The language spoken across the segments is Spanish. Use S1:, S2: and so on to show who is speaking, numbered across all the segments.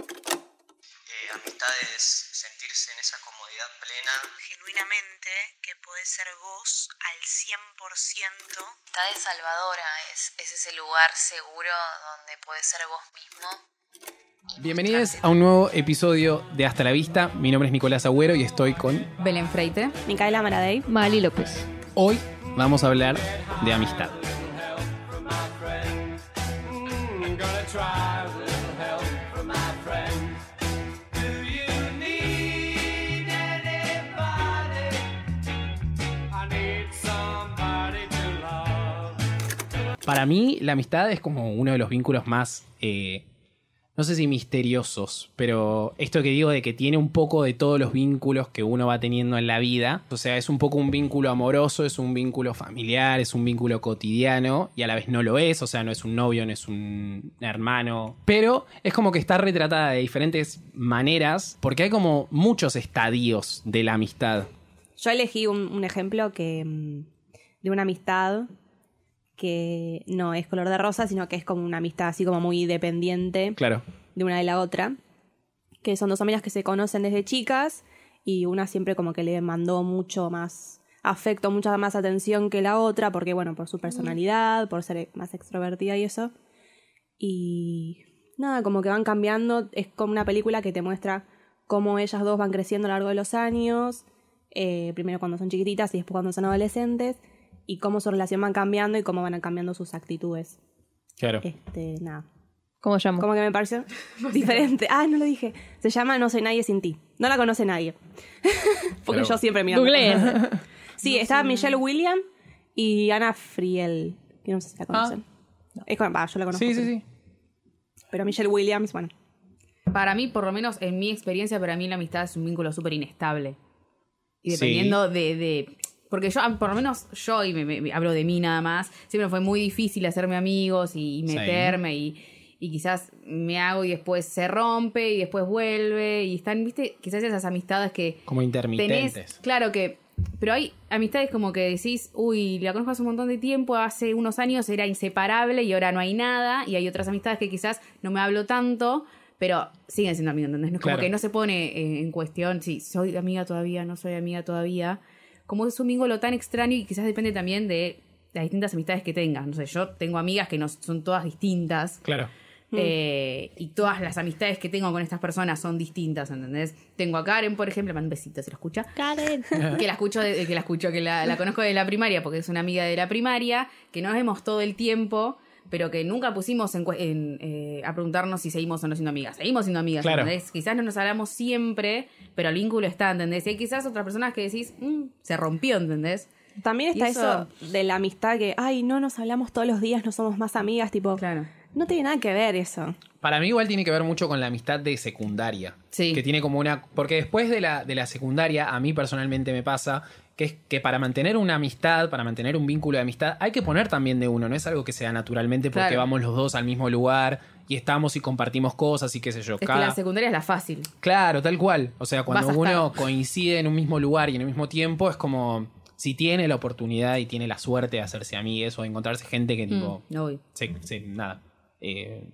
S1: Eh, amistades, sentirse en esa comodidad plena.
S2: genuinamente que podés ser vos al 100%.
S3: Está de Salvadora, es, es ese lugar seguro donde puedes ser vos mismo.
S4: Bienvenidos a un nuevo episodio de Hasta la Vista. Mi nombre es Nicolás Agüero y estoy con...
S5: Belén Freite.
S6: Micaela Maradei.
S7: Mali López.
S4: Hoy vamos a hablar de amistad. Para mí la amistad es como uno de los vínculos más, eh, no sé si misteriosos, pero esto que digo de que tiene un poco de todos los vínculos que uno va teniendo en la vida. O sea, es un poco un vínculo amoroso, es un vínculo familiar, es un vínculo cotidiano y a la vez no lo es, o sea, no es un novio, no es un hermano. Pero es como que está retratada de diferentes maneras porque hay como muchos estadios de la amistad.
S6: Yo elegí un, un ejemplo que mm, de una amistad que no es color de rosa, sino que es como una amistad así como muy dependiente
S4: Claro.
S6: de una de la otra. Que son dos amigas que se conocen desde chicas y una siempre como que le mandó mucho más afecto, mucha más atención que la otra, porque bueno, por su personalidad, por ser más extrovertida y eso. Y nada, como que van cambiando. Es como una película que te muestra cómo ellas dos van creciendo a lo largo de los años. eh, primero cuando son chiquititas y después cuando son adolescentes. Y cómo su relación van cambiando y cómo van cambiando sus actitudes.
S4: Claro.
S5: Eh,
S6: Este, nada.
S7: ¿Cómo llamo?
S6: Como que me pareció diferente. Ah, no lo dije. Se llama No soy nadie sin ti. No la conoce nadie. Porque
S4: Pero-
S6: yo siempre me
S7: Googleen.
S6: Sí, está Michelle William y Ana Friel. Que no sé si la conocen. Es como, va, yo la conozco.
S4: Sí, sí, sí.
S6: Pero Michelle Williams, bueno.
S5: Para mí, por lo menos en mi experiencia, para mí la amistad es un vínculo súper inestable. Y
S4: Sí.
S5: dependiendo de, de- Porque yo, ah, por lo menos yo, y me, me- me hablo de mí nada más, siempre fue muy difícil hacerme amigos y, y
S4: Sí.
S5: meterme y, y quizás me hago y después se rompe y después vuelve y están, viste, quizás esas amistades que
S4: Como intermitentes.
S5: tenés, claro que, pero hay amistades como que decís, uy, la conozco hace un montón de tiempo, hace unos años era inseparable y ahora no hay nada, y hay otras amistades que quizás no me hablo tanto, pero siguen siendo amigos, ¿entendés? No es
S4: Claro.
S5: Como que no se pone eh, en cuestión si soy amiga todavía, no soy amiga todavía, como es un vínculo tan extraño y quizás depende también de las distintas amistades que tengas, no sé, yo tengo amigas que no son todas distintas,
S4: Claro.
S5: eh, y todas las amistades que tengo con estas personas son distintas, ¿entendés? Tengo a Karen, por ejemplo, le mando un besito, ¿se lo escucha?
S7: Karen.
S5: que la escucho, de- que la escucho, que la, la conozco de la primaria, porque es una amiga de la primaria, que nos vemos todo el tiempo, pero que nunca pusimos en cue- en, eh, a preguntarnos si seguimos o no siendo amigas. Seguimos siendo amigas,
S4: Claro.
S5: ¿entendés? Quizás no nos hablamos siempre, pero el vínculo está, ¿entendés? Y hay quizás otras personas que decís, "Mm, se rompió, ¿entendés?
S6: También está
S5: Y eso-
S6: eso... de la amistad que, ay, no nos hablamos todos los días, no somos más amigas, tipo.
S5: Claro.
S6: No tiene nada que ver eso.
S4: Para mí igual tiene que ver mucho con la amistad de secundaria.
S5: Sí.
S4: Que tiene como una... Porque después de la, de la secundaria, a mí personalmente me pasa que es que para mantener una amistad, para mantener un vínculo de amistad, hay que poner también de uno. No es algo que se da naturalmente porque
S5: Claro.
S4: vamos los dos al mismo lugar y estamos y compartimos cosas y qué sé yo.
S5: Es que
S4: cada-
S5: la secundaria es la fácil.
S4: Claro, tal cual. O sea, cuando
S5: Vas a
S4: uno
S5: estar.
S4: coincide en un mismo lugar y en el mismo tiempo, es como si tiene la oportunidad y tiene la suerte de hacerse amigues o de encontrarse gente que tipo...
S5: Mm, no voy.
S4: se- se- nada. eh,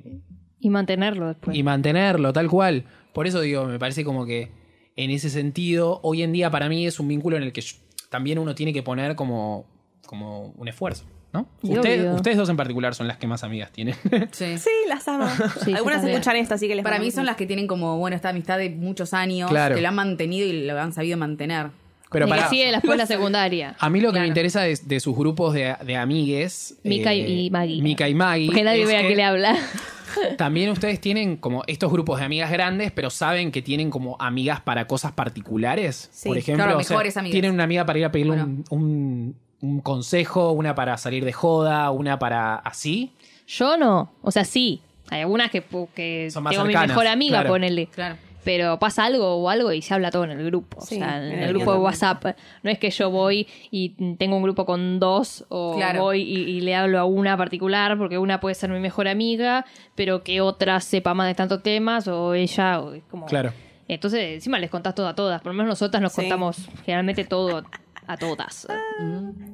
S7: Y mantenerlo después.
S4: y mantenerlo, tal cual. Por eso digo, me parece como que en ese sentido, hoy en día para mí es un vínculo en el que yo- también uno tiene que poner como, como un esfuerzo, ¿no?
S7: Y
S4: Usted-
S7: obvio.
S4: ustedes dos en particular son las que más amigas tienen.
S5: Sí.
S6: Sí, las amo.
S7: yo
S6: Algunas
S7: también.
S6: escuchan esto, así que les
S5: Para
S6: mando
S5: mí
S6: un
S5: son las que tienen como, bueno, esta amistad de muchos años,
S4: Claro.
S5: que la han mantenido y la han sabido mantener.
S4: Pero
S7: Y que
S4: para,
S7: sigue después la secundaria.
S4: a mí lo que
S5: Claro.
S4: me interesa de, de sus grupos de, de amigues... eh,
S7: Mica y- y Maggie.
S4: Mica y Maggie.
S7: Porque nadie
S4: es
S7: vea que, le habla.
S4: También ustedes tienen como estos grupos de amigas grandes, pero saben que tienen como amigas para cosas particulares.
S6: Sí,
S4: Por ejemplo,
S5: claro,
S4: o sea,
S5: mejores amigas.
S4: tienen una amiga para ir a pedirle
S5: Bueno.
S4: un, un- un consejo, una para salir de joda, una para así.
S7: Yo no. O sea, sí. Hay algunas que, pu- que
S4: Son más
S7: tengo mi
S4: cercanas,
S7: mejor amiga,
S4: claro.
S7: ponele.
S5: Claro.
S7: pero pasa algo o algo y se habla todo en el grupo.
S6: Sí,
S7: o sea, en
S6: en
S7: el,
S6: el
S7: grupo de
S6: grupo.
S7: WhatsApp. No es que yo voy y tengo un grupo con dos o
S5: Claro.
S7: voy y, y le hablo a una particular porque una puede ser mi mejor amiga, pero que otra sepa más de tantos temas o ella. o es como...
S4: Claro.
S7: Entonces, encima les contás todo a todas. Por lo menos nosotras nos
S6: Sí.
S7: contamos generalmente todo a todas.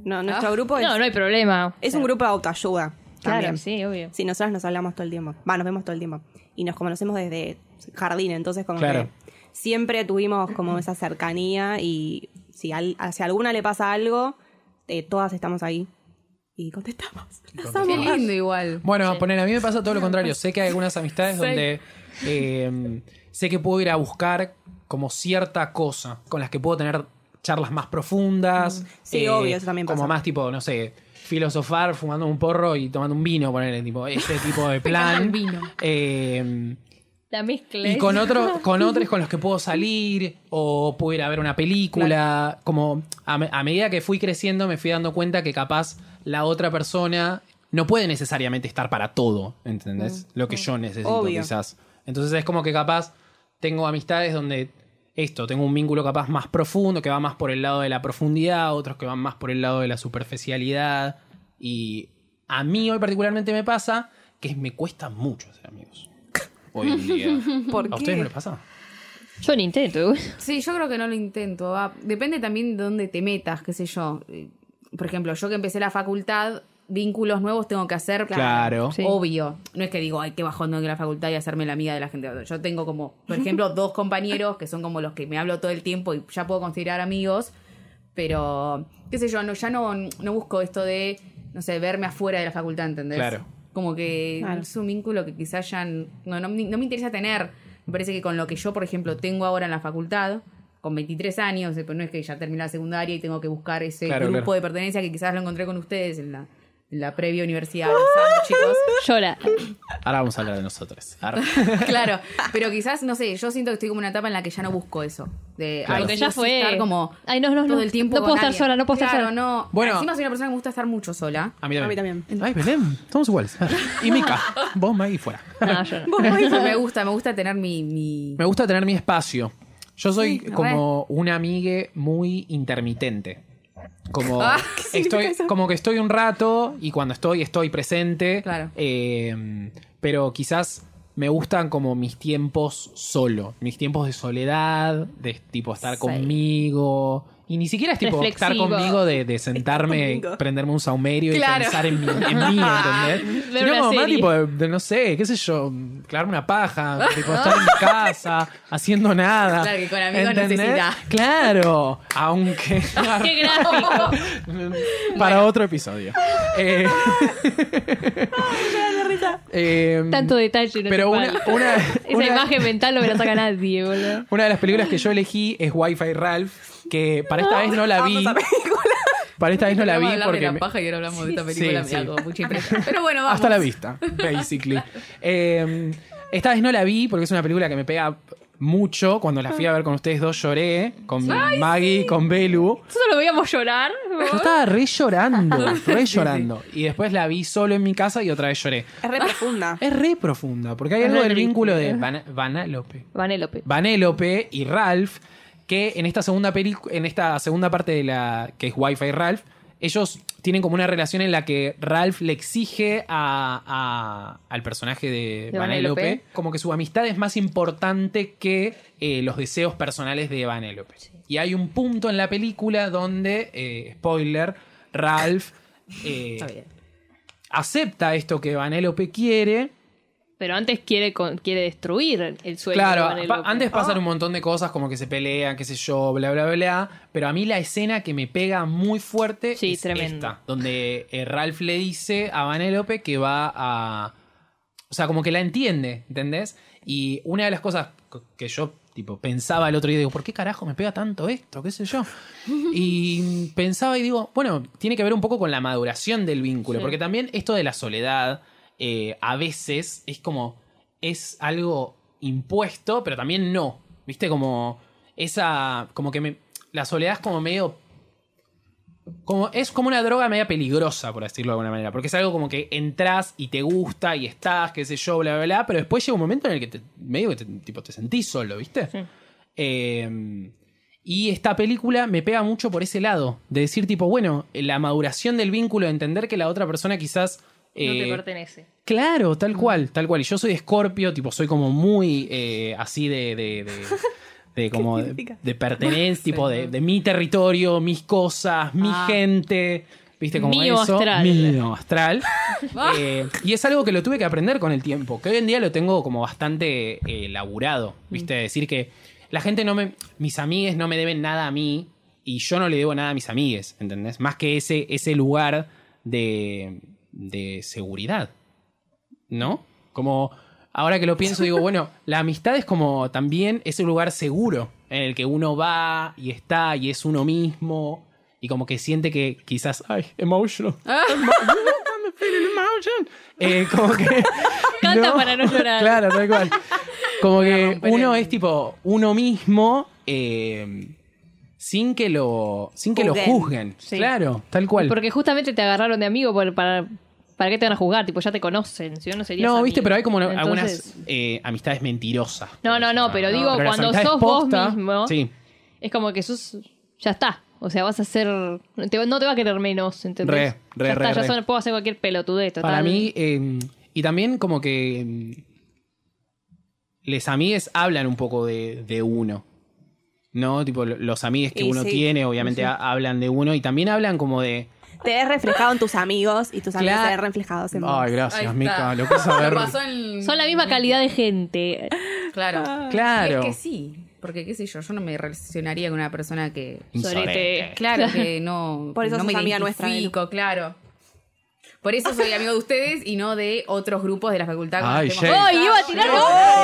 S6: No, nuestro grupo es,
S7: No, no hay problema.
S6: es un grupo de autoayuda.
S7: Claro,
S6: también.
S7: sí, obvio.
S6: Sí, nosotras nos hablamos todo el tiempo. Va, nos vemos todo el tiempo. Y nos conocemos desde jardín, entonces como
S4: Claro.
S6: que siempre tuvimos como esa cercanía y si, al, si a alguna le pasa algo, eh, todas estamos ahí y contestamos.
S5: Qué lindo igual.
S4: Bueno, poner, a mí me pasa todo lo contrario. Sé que hay algunas amistades donde eh, sé que puedo ir a buscar como cierta cosa con las que puedo tener charlas más profundas. Eh,
S6: Sí, obvio, eso también
S4: Como
S6: pasa.
S4: más tipo, no sé, filosofar fumando un porro y tomando un vino, ponerle tipo, este tipo de plan. Eh,
S7: La mezcla.
S4: y con, otro, con otros con los que puedo salir o puedo ir a ver una película. Como a, me- a medida que fui creciendo me fui dando cuenta que capaz la otra persona no puede necesariamente estar para todo, ¿entendés? Lo que yo necesito
S6: Obvio.
S4: quizás. Entonces es como que capaz tengo amistades donde esto, tengo un vínculo capaz más profundo, que va más por el lado de la profundidad, otros que van más por el lado de la superficialidad. Y a mí hoy particularmente me pasa que me cuesta mucho ser amigos. Hoy en día.
S6: ¿Por
S4: Mm. ¿A
S6: qué?
S4: ustedes me lo pasa?
S7: Yo ni intento. ¿eh? güey.
S5: Sí, yo creo que no lo intento. va. Depende también de dónde te metas, qué sé yo. Eh, Por ejemplo, yo que empecé la facultad, vínculos nuevos tengo que hacer.
S4: Claro.
S7: Sí.
S5: Obvio. No es que digo, ay, qué bajón no ir a la facultad y hacerme la amiga de la gente. Yo tengo como, por ejemplo, dos compañeros que son como los que me hablo todo el tiempo y ya puedo considerar amigos. Pero, qué sé yo, no, ya no, no busco esto de, no sé, verme afuera de la facultad, ¿entendés?
S4: Claro.
S5: Como que
S6: Claro.
S5: es un vínculo que quizás ya n- no, no, no me interesa tener. Me parece que con lo que yo, por ejemplo, tengo ahora en la facultad, con 23 años, eh, pues no es que ya terminé la secundaria y tengo que buscar ese
S4: Claro,
S5: grupo
S4: claro.
S5: de pertenencia que quizás lo encontré con ustedes en la, en la previa universidad. Abrazamos, chicos.
S7: Llora.
S4: Ahora vamos a hablar de nosotros. Ahora.
S5: Claro, pero quizás, no sé, yo siento que estoy como en una etapa en la que ya no busco eso. De
S4: Claro.
S5: ay,
S4: Lo que
S5: sí
S7: ya
S5: o sí
S7: fue.
S5: Eh, Estar como
S7: Ay, no, no,
S5: todo
S7: no.
S5: el tiempo
S7: No
S5: con
S7: puedo estar
S5: alguien.
S7: sola, no puedo estar
S5: Claro,
S7: sola.
S5: no.
S4: Bueno.
S5: Encima soy una persona que me gusta estar mucho sola.
S4: Ah, A mí
S6: A mí
S4: también.
S6: también.
S4: Ay, Belén, somos iguales. Y Mika, vos Maggie fuera.
S7: No, yo no.
S5: me gusta, me gusta tener mi... mi-
S4: Me gusta tener mi espacio. Yo soy
S5: Sí,
S4: como una amigue muy intermitente. Como,
S5: Ah,
S4: estoy, como que estoy un rato y cuando estoy, estoy presente.
S5: Claro.
S4: Eh, pero quizás me gustan como mis tiempos solo. Mis tiempos de soledad, de tipo estar
S5: Sí.
S4: conmigo. Y ni siquiera es tipo estar
S7: Reflexivo.
S4: conmigo de, de sentarme,
S6: conmigo.
S4: prenderme un saumerio
S5: Claro.
S4: y pensar en mí, en mí ¿entendés?
S7: Ver
S4: Sino
S7: una
S4: como más
S7: serie.
S4: tipo de, de, no sé, qué sé yo, clavarme una paja, tipo estar en mi casa, haciendo nada.
S5: Claro, que con amigos necesidad.
S4: Claro, aunque
S7: Qué gráfico.
S4: para otro episodio. Eh, eh,
S7: Tanto detalle. No
S4: pero
S7: te
S4: una,
S7: falta.
S4: una,
S7: Esa
S4: una-
S7: imagen mental no me la saca nadie, boludo.
S4: una de las películas que yo elegí es Wi-Fi Ralph, que para esta vez no la vi. Para esta vez no la vi
S5: Vamos a hablar
S4: porque...
S5: de la
S4: me-
S5: paja y ahora hablamos de esta
S4: Sí,
S5: película, me
S4: sí.
S5: da como mucha impresión. Pero bueno, vamos.
S4: Hasta la vista, basically. Eh, esta vez no la vi porque es una película que me pega mucho. Cuando la fui a ver con ustedes dos lloré, con Maggie, con Belu.
S7: Nosotros lo veíamos llorar.
S4: Yo estaba re llorando, re llorando. Y después la vi solo en mi casa y otra vez lloré.
S6: Es re profunda.
S4: Es re profunda, porque hay
S7: Es
S4: algo
S7: re
S4: del vínculo de
S7: ridícula.
S4: Van- Vanellope.
S7: Vanélope.
S4: Vanellope y Ralph, que en esta segunda pelicu- en esta segunda parte de la que es Wi-Fi Ralph, ellos tienen como una relación en la que Ralph le exige a, a- al personaje de,
S7: De
S4: Vanellope,
S7: Vanellope.
S4: como que su amistad es más importante que eh, los deseos personales de Vanellope. Y hay un punto en la película donde, eh, spoiler, Ralph eh,
S5: Está bien.
S4: acepta esto que Vanellope quiere,
S7: Pero antes quiere, con- quiere destruir el Ah. sueño. de
S4: Claro,
S7: Vanélope.
S4: pa- antes pasan un montón de cosas como que se pelean, qué sé yo, bla, bla, bla. Pero a mí la escena que me pega muy fuerte
S7: Sí,
S4: es
S7: tremendo.
S4: esta, donde eh, Ralph le dice a Vanellope que va a... O sea, como que la entiende, ¿entendés? Y una de las cosas c- que yo tipo pensaba el otro día, digo, ¿por qué carajo me pega tanto esto? ¿Qué sé yo? Y pensaba y digo, bueno, tiene que ver un poco con la maduración del vínculo,
S7: Sí.
S4: porque también esto de la soledad eh, a veces es como, es algo impuesto, pero también no, ¿viste? Como esa, como que me, la soledad es como medio Como, es como una droga media peligrosa, por decirlo de alguna manera. Porque es algo como que entras y te gusta y estás, qué sé yo, bla, bla, bla. Pero después llega un momento en el que te, medio que te, tipo, te sentís solo, ¿viste? Eh, y esta película me pega mucho por ese lado. De decir, tipo, bueno, la maduración del vínculo, entender que la otra persona quizás.
S7: No te
S4: eh,
S7: pertenece.
S4: Claro,
S7: Mm.
S4: tal cual, tal cual. Y yo soy escorpio, tipo, soy como muy eh, así de. de, de- de como de,
S6: significa?
S4: de pertenencia, tipo de, de mi territorio, mis cosas, mi
S7: Ah.
S4: gente. ¿Viste como
S7: Mío
S4: eso?
S7: astral.
S4: Mío astral. Eh, y es algo que lo tuve que aprender con el tiempo, que hoy en día lo tengo como bastante eh, laburado. ¿Viste?
S7: Mm.
S4: Decir que la gente no me. Mis amigues no me deben nada a mí y yo no le debo nada a mis amigues, ¿entendés? Más que ese, ese lugar de, de seguridad. ¿no? Como ahora que lo pienso, digo, bueno, la amistad es como también ese lugar seguro en el que uno va y está y es uno mismo y como que siente que quizás, ay, emotional.
S7: Ah.
S4: I'm feeling emotion. Eh, como que.
S7: Canta para no llorar.
S4: Claro, tal cual. Como que
S7: romper
S4: uno
S7: el-
S4: es tipo uno mismo eh, sin que lo sin que
S6: Juzguen.
S4: lo juzguen.
S7: Sí.
S4: Claro, tal cual.
S7: Porque justamente te agarraron de amigo por- para. ¿Para qué te van a jugar? Tipo, ya te conocen. Si no, no serías
S4: No, viste,
S7: amigo.
S4: pero hay como una-
S7: Entonces,
S4: algunas Ah. eh, amistades mentirosas.
S7: No, no, no, pero digo,
S4: las
S7: cuando
S4: amistades
S7: sos vos mismo-
S4: Sí,
S7: Es como que sos. Ya está. O sea, vas a ser. no te- no te va a querer menos, ¿entendés?
S4: Re, re,
S7: ya
S4: re,
S7: está, ya
S4: re.
S7: son- puedo hacer cualquier pelotudez. total.
S4: para mí. eh, y también como que. eh, Les amigues hablan un poco de, de uno. ¿No? Tipo, lo- los amigues que
S6: Y
S4: uno
S6: sí.
S4: tiene, obviamente, ha- hablan de uno. Y también hablan como de.
S6: Te ves reflejado en tus amigos y tus
S4: Claro.
S6: amigos te ven reflejados en vos.
S4: Ay, gracias,
S5: Ahí
S4: Mica.
S5: está.
S4: Lo que
S5: Lo
S4: saber.
S5: pasó en-
S7: Son la misma calidad de gente.
S5: Claro.
S4: Claro.
S5: Es que sí, porque qué sé yo, yo no me relacionaría con una persona que
S4: Insolente.
S5: Claro que no.
S6: Por eso
S5: no me
S6: sos amiga nuestra,
S5: identifico, claro. Por eso soy amigo de ustedes y no de otros grupos de la facultad. con los
S4: Ay,
S5: que hemos-
S4: Jay.
S7: ¡Oh, iba a tirar!
S4: Lo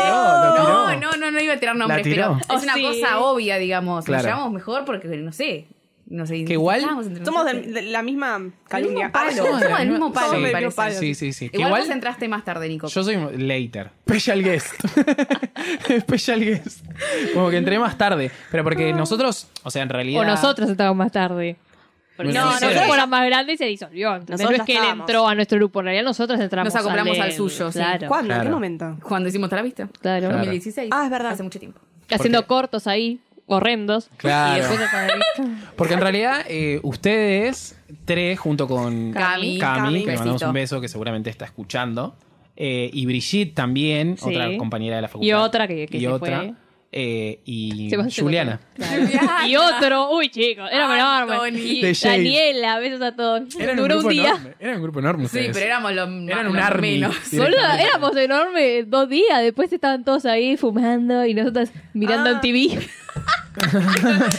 S4: tiró, lo
S5: No,
S4: tiró.
S5: no, no, no iba a tirar nombres,
S4: La tiró.
S5: pero es
S7: Oh,
S5: una
S7: sí.
S5: cosa obvia, digamos.
S4: Claro.
S5: Nos llevamos mejor porque, no sé, nos
S4: igual-
S5: identificamos entre
S6: Somos de,
S5: nosotros.
S6: de la misma
S5: Del mismo
S6: calumnia.
S5: palo,
S4: Somos de la
S5: somos del
S4: misma-
S5: mismo palo,
S4: Sí,
S5: me
S6: del mismo
S5: parece.
S6: palo.
S4: Sí, sí, sí. Que
S5: Igual,
S4: igual-
S5: vos entraste más tarde, Nico.
S4: Yo soy later. Special guest. Special guest. Como que entré más tarde. Pero porque nosotros, o sea, en realidad.
S7: Ah. O nosotros estábamos más tarde. Porque
S4: No,
S7: no,
S4: nosotros-
S7: nosotros éramos más grandes y se disolvió. ¿entendés?
S6: Nosotros
S7: no es que él
S6: estábamos.
S7: entró a nuestro grupo, en realidad nosotros entramos
S5: Nos acoplamos
S7: al,
S5: al
S7: de él.
S5: suyo, sí.
S7: Claro.
S6: ¿Cuándo? ¿En
S4: Claro.
S6: qué momento?
S5: Cuando hicimos la vista.
S7: Claro.
S5: 2016.
S6: Ah, es verdad.
S5: Hace mucho tiempo.
S7: Haciendo
S4: Porque-
S7: cortos ahí, horrendos.
S4: Claro.
S7: Y después acá de vista.
S4: Porque en realidad, eh, ustedes tres, junto con
S5: Cami.
S6: Cami,
S4: que le mandamos
S5: besito.
S4: un beso, que seguramente está escuchando, eh, y Brigitte también,
S7: Sí.
S4: otra compañera de la facultad.
S7: Y otra que- que
S4: y
S7: se
S4: otra,
S7: fue.
S4: eh, y
S7: Se va a hacer
S4: Juliana.
S7: y otro, uy chicos, era
S5: Ay,
S7: enorme.
S5: Tony.
S7: Y
S4: De Shade.
S7: Daniela, besos a todos.
S4: Eran un
S7: Duró un
S4: grupo
S7: día.
S4: enorme. Eran un grupo enorme.
S5: Sí,
S4: ustedes.
S5: pero éramos los
S4: Eran un
S5: los
S4: army.
S5: menos.
S7: Boludo,
S4: directamente.
S7: éramos enormes dos días, después estaban todos ahí fumando y nosotros mirando
S6: Ah.
S7: en TV.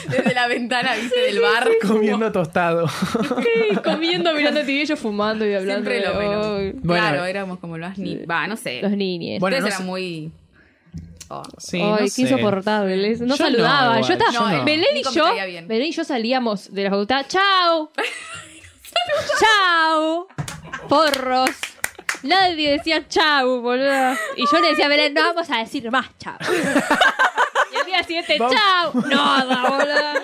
S5: Desde la ventana, viste, del bar.
S4: Comiendo tostado.
S7: comiendo, mirando TV, yo fumando y hablando.
S5: Siempre lo
S7: de-
S5: menos.
S7: Ay,
S4: Bueno.
S5: claro, éramos como los ni. Va, no sé.
S7: Los niños.
S4: Bueno,
S5: Ustedes
S4: no
S5: eran
S4: sé.
S5: muy. Oh.
S4: Sí,
S7: Ay,
S4: no
S7: qué
S4: sé.
S7: insoportable. eso. No
S4: Yo no,
S7: saludaba.
S4: igual,
S7: yo estaba.
S4: yo no.
S7: Belén y
S5: Nico me
S7: yo.
S5: caía bien.
S7: Belén y yo salíamos de la facultad. ¡Chao! ¡Chao! Porros. Nadie decía chau, boludo. Y yo le decía a Belén, no vamos a decir más chau. Y el día siguiente,
S4: Vamos.
S7: chau. No, no, boludo.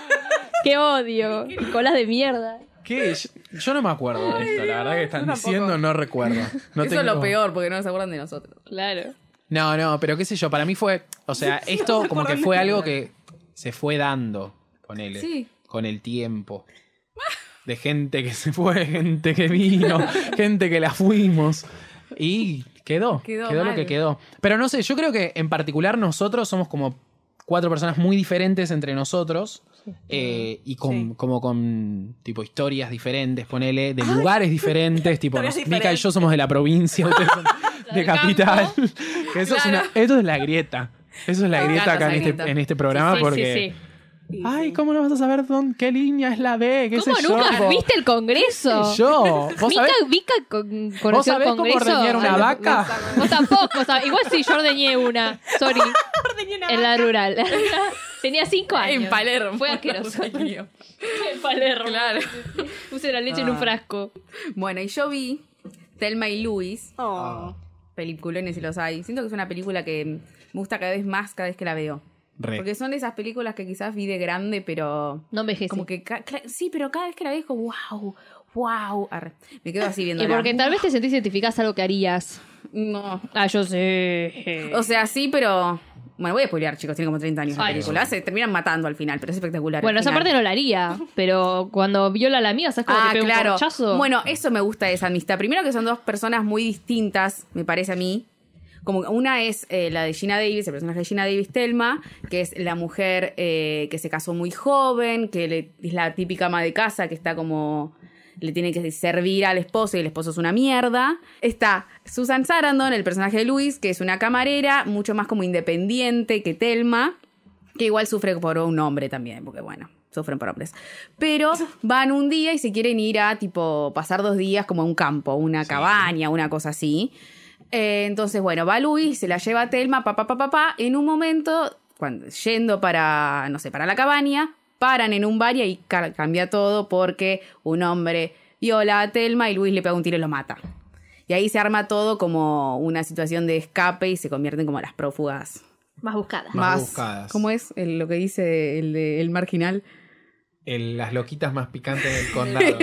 S7: Qué odio. Colas de mierda.
S4: ¿Qué? Yo, yo no me acuerdo de esto. La verdad que están diciendo, no recuerdo. No
S5: Eso es
S4: tengo-
S5: lo peor, porque no se acuerdan de nosotros.
S7: Claro.
S4: No, no, pero qué sé yo, para mí fue, o sea, esto como que fue algo que se fue dando, ponele,
S5: Sí.
S4: con el tiempo. De gente que se fue, gente que vino, gente que la fuimos. Y quedó, quedó,
S5: Quedó
S4: lo
S5: mal.
S4: que quedó. Pero no sé, yo creo que en particular nosotros somos como cuatro personas muy diferentes entre nosotros. eh, y con, como con tipo historias diferentes, ponele, de lugares diferentes, tipo, nos,
S6: Historias
S4: Mica y yo
S6: diferentes.
S4: somos de la provincia, ustedes son de
S7: del
S4: capital.
S7: campo.
S4: Que eso, es
S5: Claro.
S4: una- esto es la grieta. Eso es la grieta
S5: encanta
S4: acá en
S5: esa
S4: este,
S5: grieta.
S4: en este programa
S7: Sí, sí,
S4: porque...
S7: sí, sí.
S4: Ay, ¿cómo no vas a saber dónde, qué línea es la B? ¿Qué
S7: ¿Cómo
S4: sé
S7: nunca
S4: yo?
S7: viste el congreso?
S4: ¿Qué sé yo? ¿Vos
S7: Mica,
S4: sabés,
S7: Mica con, Ah, conoció
S4: ¿vos sabés
S7: el
S4: cómo
S7: Congreso.
S4: ordeñar una
S7: Ay,
S4: vaca?
S7: Vos tampoco sabés. Igual sí, yo ordeñé una. Sorry. En la rural. Tenía cinco años.
S5: En Palermo.
S7: Fue asqueroso.
S5: Dios mío.
S7: en Palermo.
S5: Claro.
S7: Puse la leche en un
S8: Ah.
S7: frasco.
S5: Bueno, y yo vi Telma y Luis,
S6: Oh.
S5: peliculones si los hay. Siento que es una película que me gusta cada vez más cada vez que la veo. Re.
S8: Porque son de esas películas que quizás vi de grande, pero.
S7: No envejece.
S8: Como que. ca- cla- Sí, pero cada vez que la veo, wow, wow. Arre, me quedo así viendo.
S7: Y porque tal vez te sentís identificás a algo que harías.
S8: No.
S7: Ah, yo sé.
S8: O sea, sí, pero. Bueno, voy a spoilear, chicos, tiene como 30 años la
S7: Ay.
S8: película. Se terminan matando al final, pero es espectacular. el
S7: bueno, esa
S8: final.
S7: parte no la haría, pero cuando viola a la mía, ¿sabes cómo
S8: Ah,
S7: te pega
S8: claro.
S7: un corchazo?
S8: Bueno, eso me gusta de esa amistad. Primero que son dos personas muy distintas, me parece a mí. Como que una es eh, la de Gina Davis, el personaje de Gina Davis Telma, que es la mujer eh, que se casó muy joven, que le- es la típica ama de casa que está como le tiene que servir al esposo y el esposo es una mierda. Está Susan Sarandon, el personaje de Luis, que es una camarera, mucho más como independiente que Telma que igual sufre por un hombre también, porque bueno, sufren por hombres. Pero van un día y se quieren ir a tipo pasar dos días como a un campo, una cabaña, una cosa así. Eh, entonces, bueno, va Luis, se la lleva a Telma, papá, papá, papá. En un momento, cuando, yendo para, no sé, para la cabaña, paran en un bar y ahí ca- cambia todo porque un hombre viola a Telma y Luis le pega un tiro y lo mata. Y ahí se arma todo como una situación de escape y se convierten como las prófugas
S7: más buscada.
S4: Más buscadas.
S8: ¿Cómo es el- lo que dice el, de- el marginal?
S4: El- las loquitas más picantes del condado.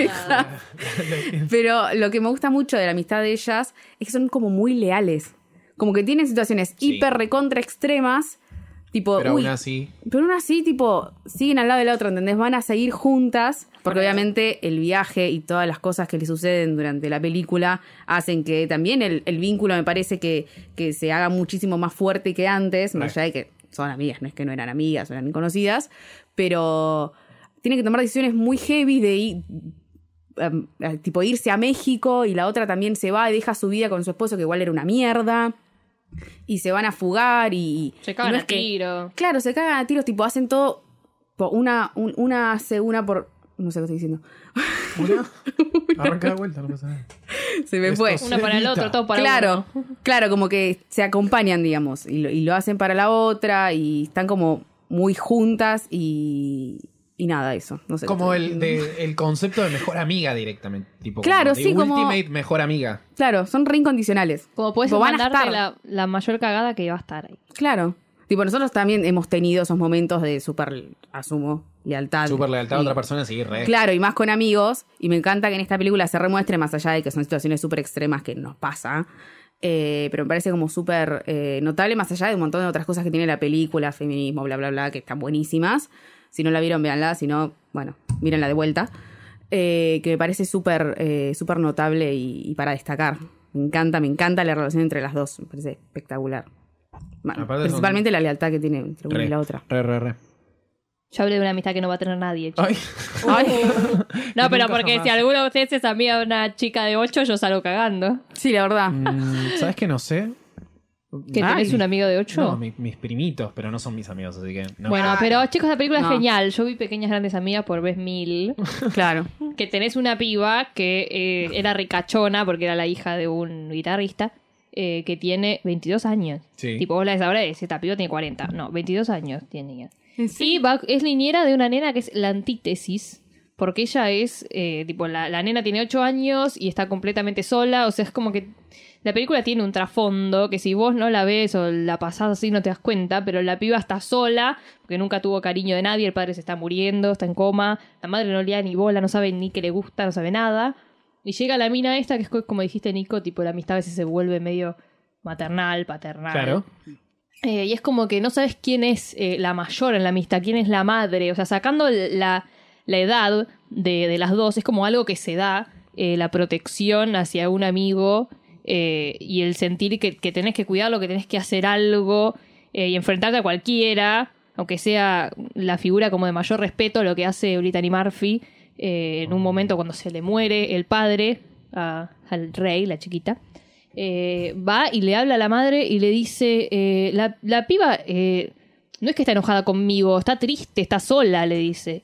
S8: Pero lo que me gusta mucho de la amistad de ellas es que son como muy leales. Como que tienen situaciones
S5: Sí.
S8: hiper recontra extremas. Tipo,
S4: pero
S8: uy,
S4: aún así,
S8: Pero aún así, tipo, siguen al lado de la otra, ¿entendés? Van a seguir juntas, porque obviamente el viaje y todas las cosas que le suceden durante la película hacen que también el, el vínculo me parece que, que se haga muchísimo más fuerte que antes, más allá de que son amigas, no es que no eran amigas, eran conocidas, pero tienen que tomar decisiones muy heavy de ir, em, eh, tipo irse a México y la otra también se va y deja su vida con su esposo, que igual era una mierda. Y se van a fugar y.
S7: Se
S8: y
S7: cagan
S8: no
S7: a
S8: es que-
S7: tiro.
S8: Claro, se cagan a tiros, tipo, hacen todo. po- Una, un- una hace una por. No sé qué estoy diciendo.
S4: una arranca de vuelta, no pasa nada.
S8: Se me
S4: Esto
S8: fue.
S4: sí.
S7: Una para el otro, todo para
S8: claro,
S7: uno.
S8: claro, como que se acompañan, digamos, y lo, y lo hacen para la otra y están como muy juntas y, y nada, eso. No sé qué
S4: Como
S8: estoy
S4: el,
S8: diciendo.
S4: de- el concepto de mejor amiga directamente. Tipo,
S8: Claro,
S4: como de
S8: sí, como-
S4: Ultimate mejor amiga.
S8: Claro, son re incondicionales.
S7: Como puedes
S8: Tipo, van a
S7: mandarte
S8: estar.
S7: la, la mayor cagada que va a estar ahí.
S8: Claro. Tipo, nosotros también hemos tenido esos momentos de super, asumo, lealtad.
S4: Super lealtad a
S8: Y-
S4: otra persona, sí, re.
S8: Claro, y más con amigos. Y me encanta que en esta película se remuestre, más allá de que son situaciones súper extremas que nos pasa. eh, pero me parece como súper eh, notable, más allá de un montón de otras cosas que tiene la película, feminismo, bla, bla, bla, que están buenísimas. Si no la vieron, véanla. Si no, bueno, mírenla de vuelta. Eh, que me parece súper eh, súper notable y, y para destacar. Me encanta, me encanta la relación entre las dos. Me parece espectacular. Bueno,
S4: Aparte son-
S8: principalmente la lealtad que tiene entre una
S4: Re.
S8: y la otra.
S4: Re, re, re.
S7: Yo hablé de una amistad que no va a tener nadie. chicos.
S4: Ay,
S7: no, pero
S4: nunca
S7: porque
S4: jamás.
S7: si alguno de ustedes es amiga de una chica de 8, yo salgo cagando.
S8: Sí, la verdad.
S4: mm, ¿sabes qué? No sé.
S7: ¿Que
S4: Ay.
S7: tenés un amigo de 8?
S4: No, mi- mis primitos, pero no son mis amigos, así que. No.
S7: Bueno, pero chicos, la película
S8: No.
S7: es genial. Yo vi Pequeñas Grandes Amigas por vez mil.
S8: Claro.
S7: que tenés una piba que eh, era ricachona porque era la hija de un guitarrista eh, que tiene 22 años.
S4: Sí.
S7: Tipo, vos la ves ahora y decís, esta piba tiene 40. No, 22 años tiene. Y va- es niñera de una nena que es la antítesis. Porque ella es, eh, tipo, la, la nena tiene 8 años y está completamente sola. O sea, es como que la película tiene un trasfondo que si vos no la ves o la pasás así no te das cuenta, pero la piba está sola, porque nunca tuvo cariño de nadie, el padre se está muriendo, está en coma, la madre no le da ni bola, no sabe ni qué le gusta, no sabe nada. Y llega la mina esta, que es co- como dijiste Nico, tipo la amistad a veces se vuelve medio maternal, paternal.
S4: Claro.
S7: Eh, y es como que no sabes quién es eh, la mayor en la amistad, quién es la madre. O sea, sacando la, la edad de, de las dos, es como algo que se da, eh, la protección hacia un amigo eh, y el sentir que, que tenés que cuidarlo, que tenés que hacer algo eh, y enfrentarte a cualquiera, aunque sea la figura como de mayor respeto, lo que hace Brittany Murphy eh, en un momento cuando se le muere el padre a- al rey, la chiquita. Eh, va y le habla a la madre y le dice, eh, la, la piba eh, no es que está enojada conmigo, está triste, está sola, le dice.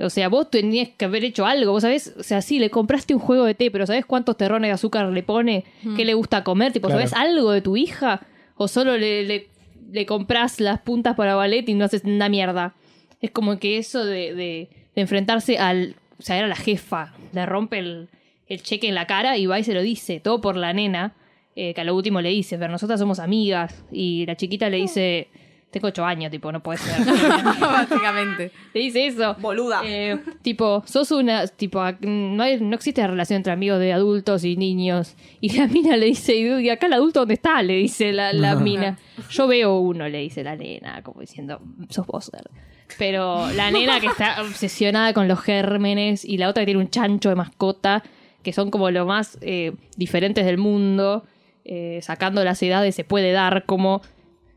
S7: O sea, vos tenías que haber hecho algo, vos sabés, o sea, sí, le compraste un juego de té, pero ¿sabés cuántos terrones de azúcar le pone? ¿Qué le gusta comer? Tipo,
S4: Claro.
S7: ¿sabés algo de tu hija? ¿O solo le, le, le compras las puntas para ballet y no haces una mierda? Es como que eso de, de- de enfrentarse al... O sea, era la jefa, le rompe el, el cheque en la cara y va y se lo dice, todo por la nena, eh, que a lo último le dice, pero nosotras somos amigas. Y la chiquita le dice, Tengo ocho años, tipo, no puede ser.
S5: Básicamente.
S7: Te dice eso.
S6: Boluda.
S7: Eh, tipo, sos una. Tipo, ac- no, hay- no existe la relación entre amigos de adultos y niños. Y la mina le dice, "Y du- ¿y acá el adulto dónde está? Le dice la, la mina. Yo veo uno, le dice la nena, como diciendo, sos vos. nerd". Pero la nena que está obsesionada con los gérmenes y la otra que tiene un chancho de mascota, que son como lo más eh, diferentes del mundo, eh, sacando las edades, se puede dar como.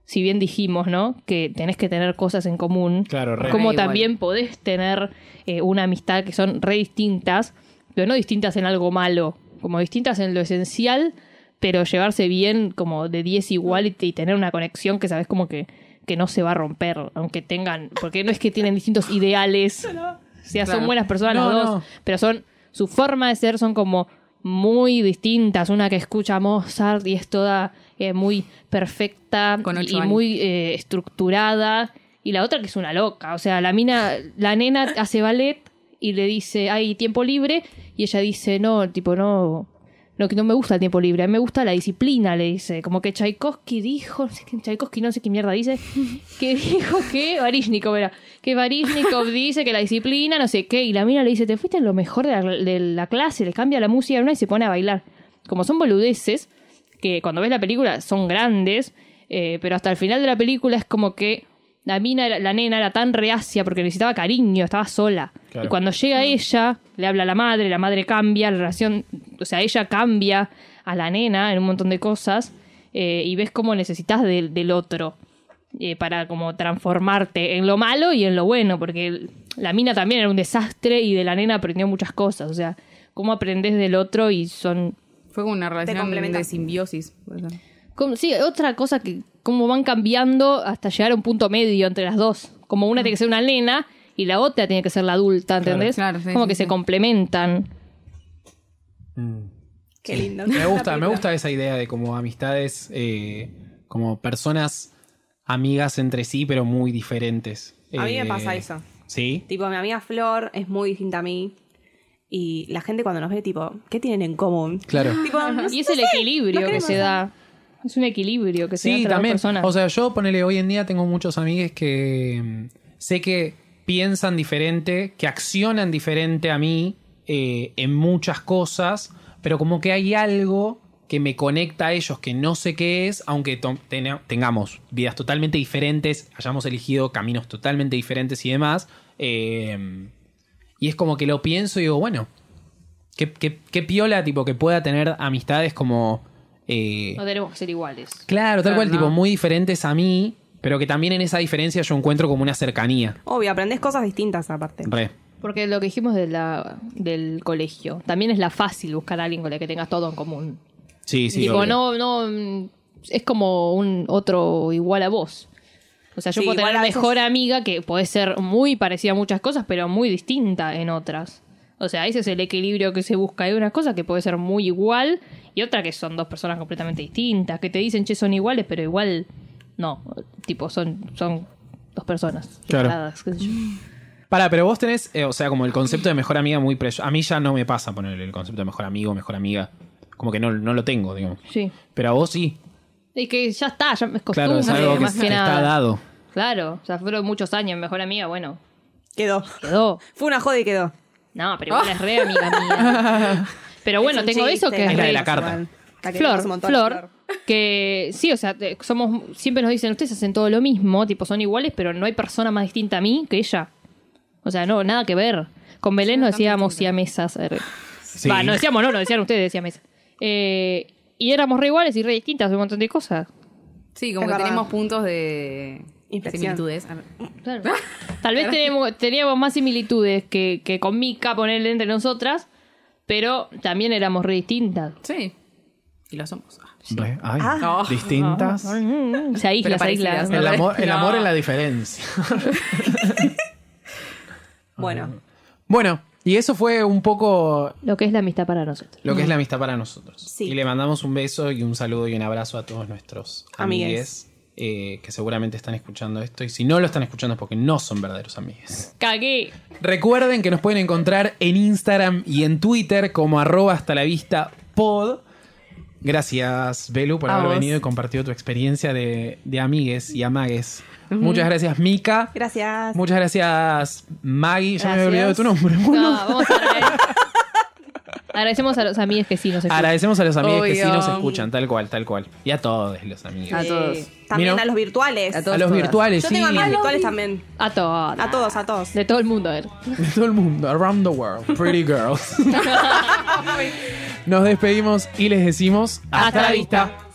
S7: Si bien dijimos, ¿no? Que tenés que tener cosas en común.
S4: Claro, re.
S7: Como
S5: igual.
S7: también podés tener eh, una amistad que son re distintas, pero no distintas en algo malo, como distintas en lo esencial, pero llevarse bien como de 10 igual y, y tener una conexión que sabes como que, que no se va a romper, aunque tengan, porque no es que tienen distintos ideales, o sea,
S5: Claro.
S7: son buenas personas
S4: No,
S7: las dos,
S4: no.
S7: pero son, su forma de ser son como muy distintas, una que escucha a Mozart y es toda eh, muy perfecta
S5: Con ocho
S7: y
S5: años.
S7: muy muy, eh, estructurada y la otra que es una loca. O sea, la mina, la nena hace ballet y le dice, hay tiempo libre y ella dice, no, tipo, no, no, que no me gusta el tiempo libre, a mí me gusta la disciplina, le dice. Como que Tchaikovsky dijo, no sé qué- Tchaikovsky no sé qué mierda dice, que dijo que, Varishnikov era, que Varishnikov dice que la disciplina, no sé qué, y la mina le dice, te fuiste lo mejor de la, de la clase, le cambia la música ¿no? y se pone a bailar. Como son boludeces, que cuando ves la película son grandes, eh, pero hasta el final de la película es como que la mina, era- la nena era tan reacia porque necesitaba cariño, estaba sola.
S4: Claro.
S7: Y cuando llega ella, le habla a la madre, la madre cambia, la relación, o sea, ella cambia a la nena en un montón de cosas eh, y ves cómo necesitas del, del otro eh, para como transformarte en lo malo y en lo bueno, porque el- la mina también era un desastre y de la nena aprendió muchas cosas, o sea, cómo aprendes del otro y son
S5: Fue como una relación
S6: complementa.
S5: de simbiosis. puede ser.
S7: como- sí, otra cosa que cómo van cambiando hasta llegar a un punto medio entre las dos. Como una tiene que ser una nena y la otra tiene que ser la adulta, ¿entendés?
S5: claro, sí,
S7: como
S5: sí,
S7: que
S5: sí.
S7: se complementan.
S6: Qué lindo.
S4: Mm. Me gusta, me gusta esa idea de como amistades, eh, como personas amigas entre sí, pero muy diferentes.
S6: A mí me
S4: Eh,
S6: pasa eso.
S4: ¿Sí?
S6: Tipo, mi amiga Flor es muy distinta a mí. Y la gente cuando nos ve, tipo, ¿qué tienen en común?
S4: Claro.
S6: Tipo, no-
S7: Y es el equilibrio que se da. Es un equilibrio que se da
S4: Sí,
S7: entre las
S4: también.
S7: personas.
S4: O sea, yo ponele hoy en día tengo muchos amigos que mm, sé que piensan diferente, que accionan diferente a mí eh, en muchas cosas, pero como que hay algo que me conecta a ellos que no sé qué es, aunque to- tena- tengamos vidas totalmente diferentes, hayamos elegido caminos totalmente diferentes y demás. eh, y es como que lo pienso y digo, bueno, qué, qué- qué piola tipo que pueda tener amistades como... eh,
S7: no tenemos que ser iguales.
S4: Claro, tal
S5: Claro,
S4: cual,
S5: no.
S4: tipo, muy diferentes a mí, pero que también en esa diferencia yo encuentro como una cercanía.
S6: Obvio, aprendes cosas distintas aparte.
S4: Re.
S7: Porque lo que dijimos de la, del colegio, también es la fácil buscar a alguien con la que tengas todo en común.
S4: Sí, sí.
S7: tipo,
S4: obvio.
S7: no, no, mm, es como un otro igual a vos. O sea, yo
S6: Sí,
S7: puedo tener
S6: igual a veces-
S7: mejor amiga que puede ser muy parecida a muchas cosas, pero muy distinta en otras. O sea, ese es el equilibrio que se busca. Hay unas cosas que puede ser muy igual y otra que son dos personas completamente distintas, que te dicen, che, son iguales, pero igual no. Tipo, son, son dos personas.
S4: Claro.
S7: separadas, qué sé yo.
S4: Pará, pero vos tenés, eh, o sea, como el concepto de mejor amiga muy preso. A mí ya no me pasa poner el concepto de mejor amigo, mejor amiga. Como que no, no lo tengo, digamos.
S7: Sí.
S4: Pero a vos sí.
S7: Y que ya está, ya me costumbre,
S4: Claro, es algo que,
S7: Pues más que,
S4: que
S7: nada.
S4: está dado.
S7: Claro, o sea, fueron muchos años, mejor amiga, bueno,
S6: Quedó.
S7: quedó.
S6: Fue una joda y quedó.
S7: No, pero igual es re amiga mía. Pero bueno,
S6: Es un
S7: tengo
S6: chiste.
S7: eso que es
S4: Es la de
S7: re-
S4: la carta.
S6: Igual. La que
S7: Flor,
S6: queremos un montón,
S7: Flor, que sí, o sea, te- somos siempre nos dicen, ustedes hacen todo lo mismo, tipo, son iguales, pero no hay persona más distinta a mí que ella. O sea, no, nada que ver. Con Belén nos decíamos siamesas. eh,
S4: Sí.
S7: Va, no decíamos no, no decían ustedes siamesas. Eh, y éramos re iguales y re distintas, un montón de cosas.
S5: Sí, como
S6: Es
S5: que
S6: verdad.
S5: tenemos puntos de
S6: Inflexión.
S5: similitudes. A ver.
S7: Claro. Tal vez tenemos- teníamos más similitudes que, que con Mika, ponerle entre nosotras, pero también éramos re distintas.
S5: Sí. Y lo somos.
S4: Re- ay,
S6: Ah.
S4: Distintas.
S7: Mm, Se aísla,
S5: Pero
S7: se aísla.
S5: parecidas, ¿no?
S4: El amor, el
S5: No.
S4: amor en la diferencia.
S6: Bueno,
S4: Bueno, y eso fue un poco
S7: Lo que es la amistad para nosotros.
S4: lo que es la amistad para nosotros.
S6: Sí.
S4: Y le mandamos un beso y un saludo y un abrazo a todos nuestros amigues
S6: Amigues.
S4: eh, que seguramente están escuchando esto. Y si no lo están escuchando es porque no son verdaderos amigues.
S7: Cagué.
S4: Recuerden que nos pueden encontrar en Instagram y en Twitter como arroba hasta la vista pod. Gracias, Belu, por
S5: A
S4: haber
S5: vos.
S4: venido y compartido tu experiencia de, de amigues y amagues Muchas gracias, Mika.
S6: Gracias.
S4: Muchas gracias, Maggie. Ya me había olvidado de tu
S7: Gracias.
S4: nombre.
S7: No,
S4: boludo.
S7: vamos a agradecer. Agradecemos a los amigos que sí nos escuchan.
S4: Agradecemos a los amigos que sí
S9: Obvio.
S4: nos escuchan, tal cual, tal cual. Y a todos los amigos.
S9: A
S4: A,
S6: Eh,
S9: todos.
S6: También
S4: Mira.
S6: a los virtuales.
S9: A todos.
S4: los
S9: todas.
S4: virtuales,
S6: Yo
S4: sí.
S6: tengo a mis virtuales también.
S7: A todos.
S6: A todos, a todos.
S7: De todo el mundo, a ver.
S4: De todo el mundo, around the world. Pretty girls. Nos despedimos y les decimos
S7: Hasta la vista.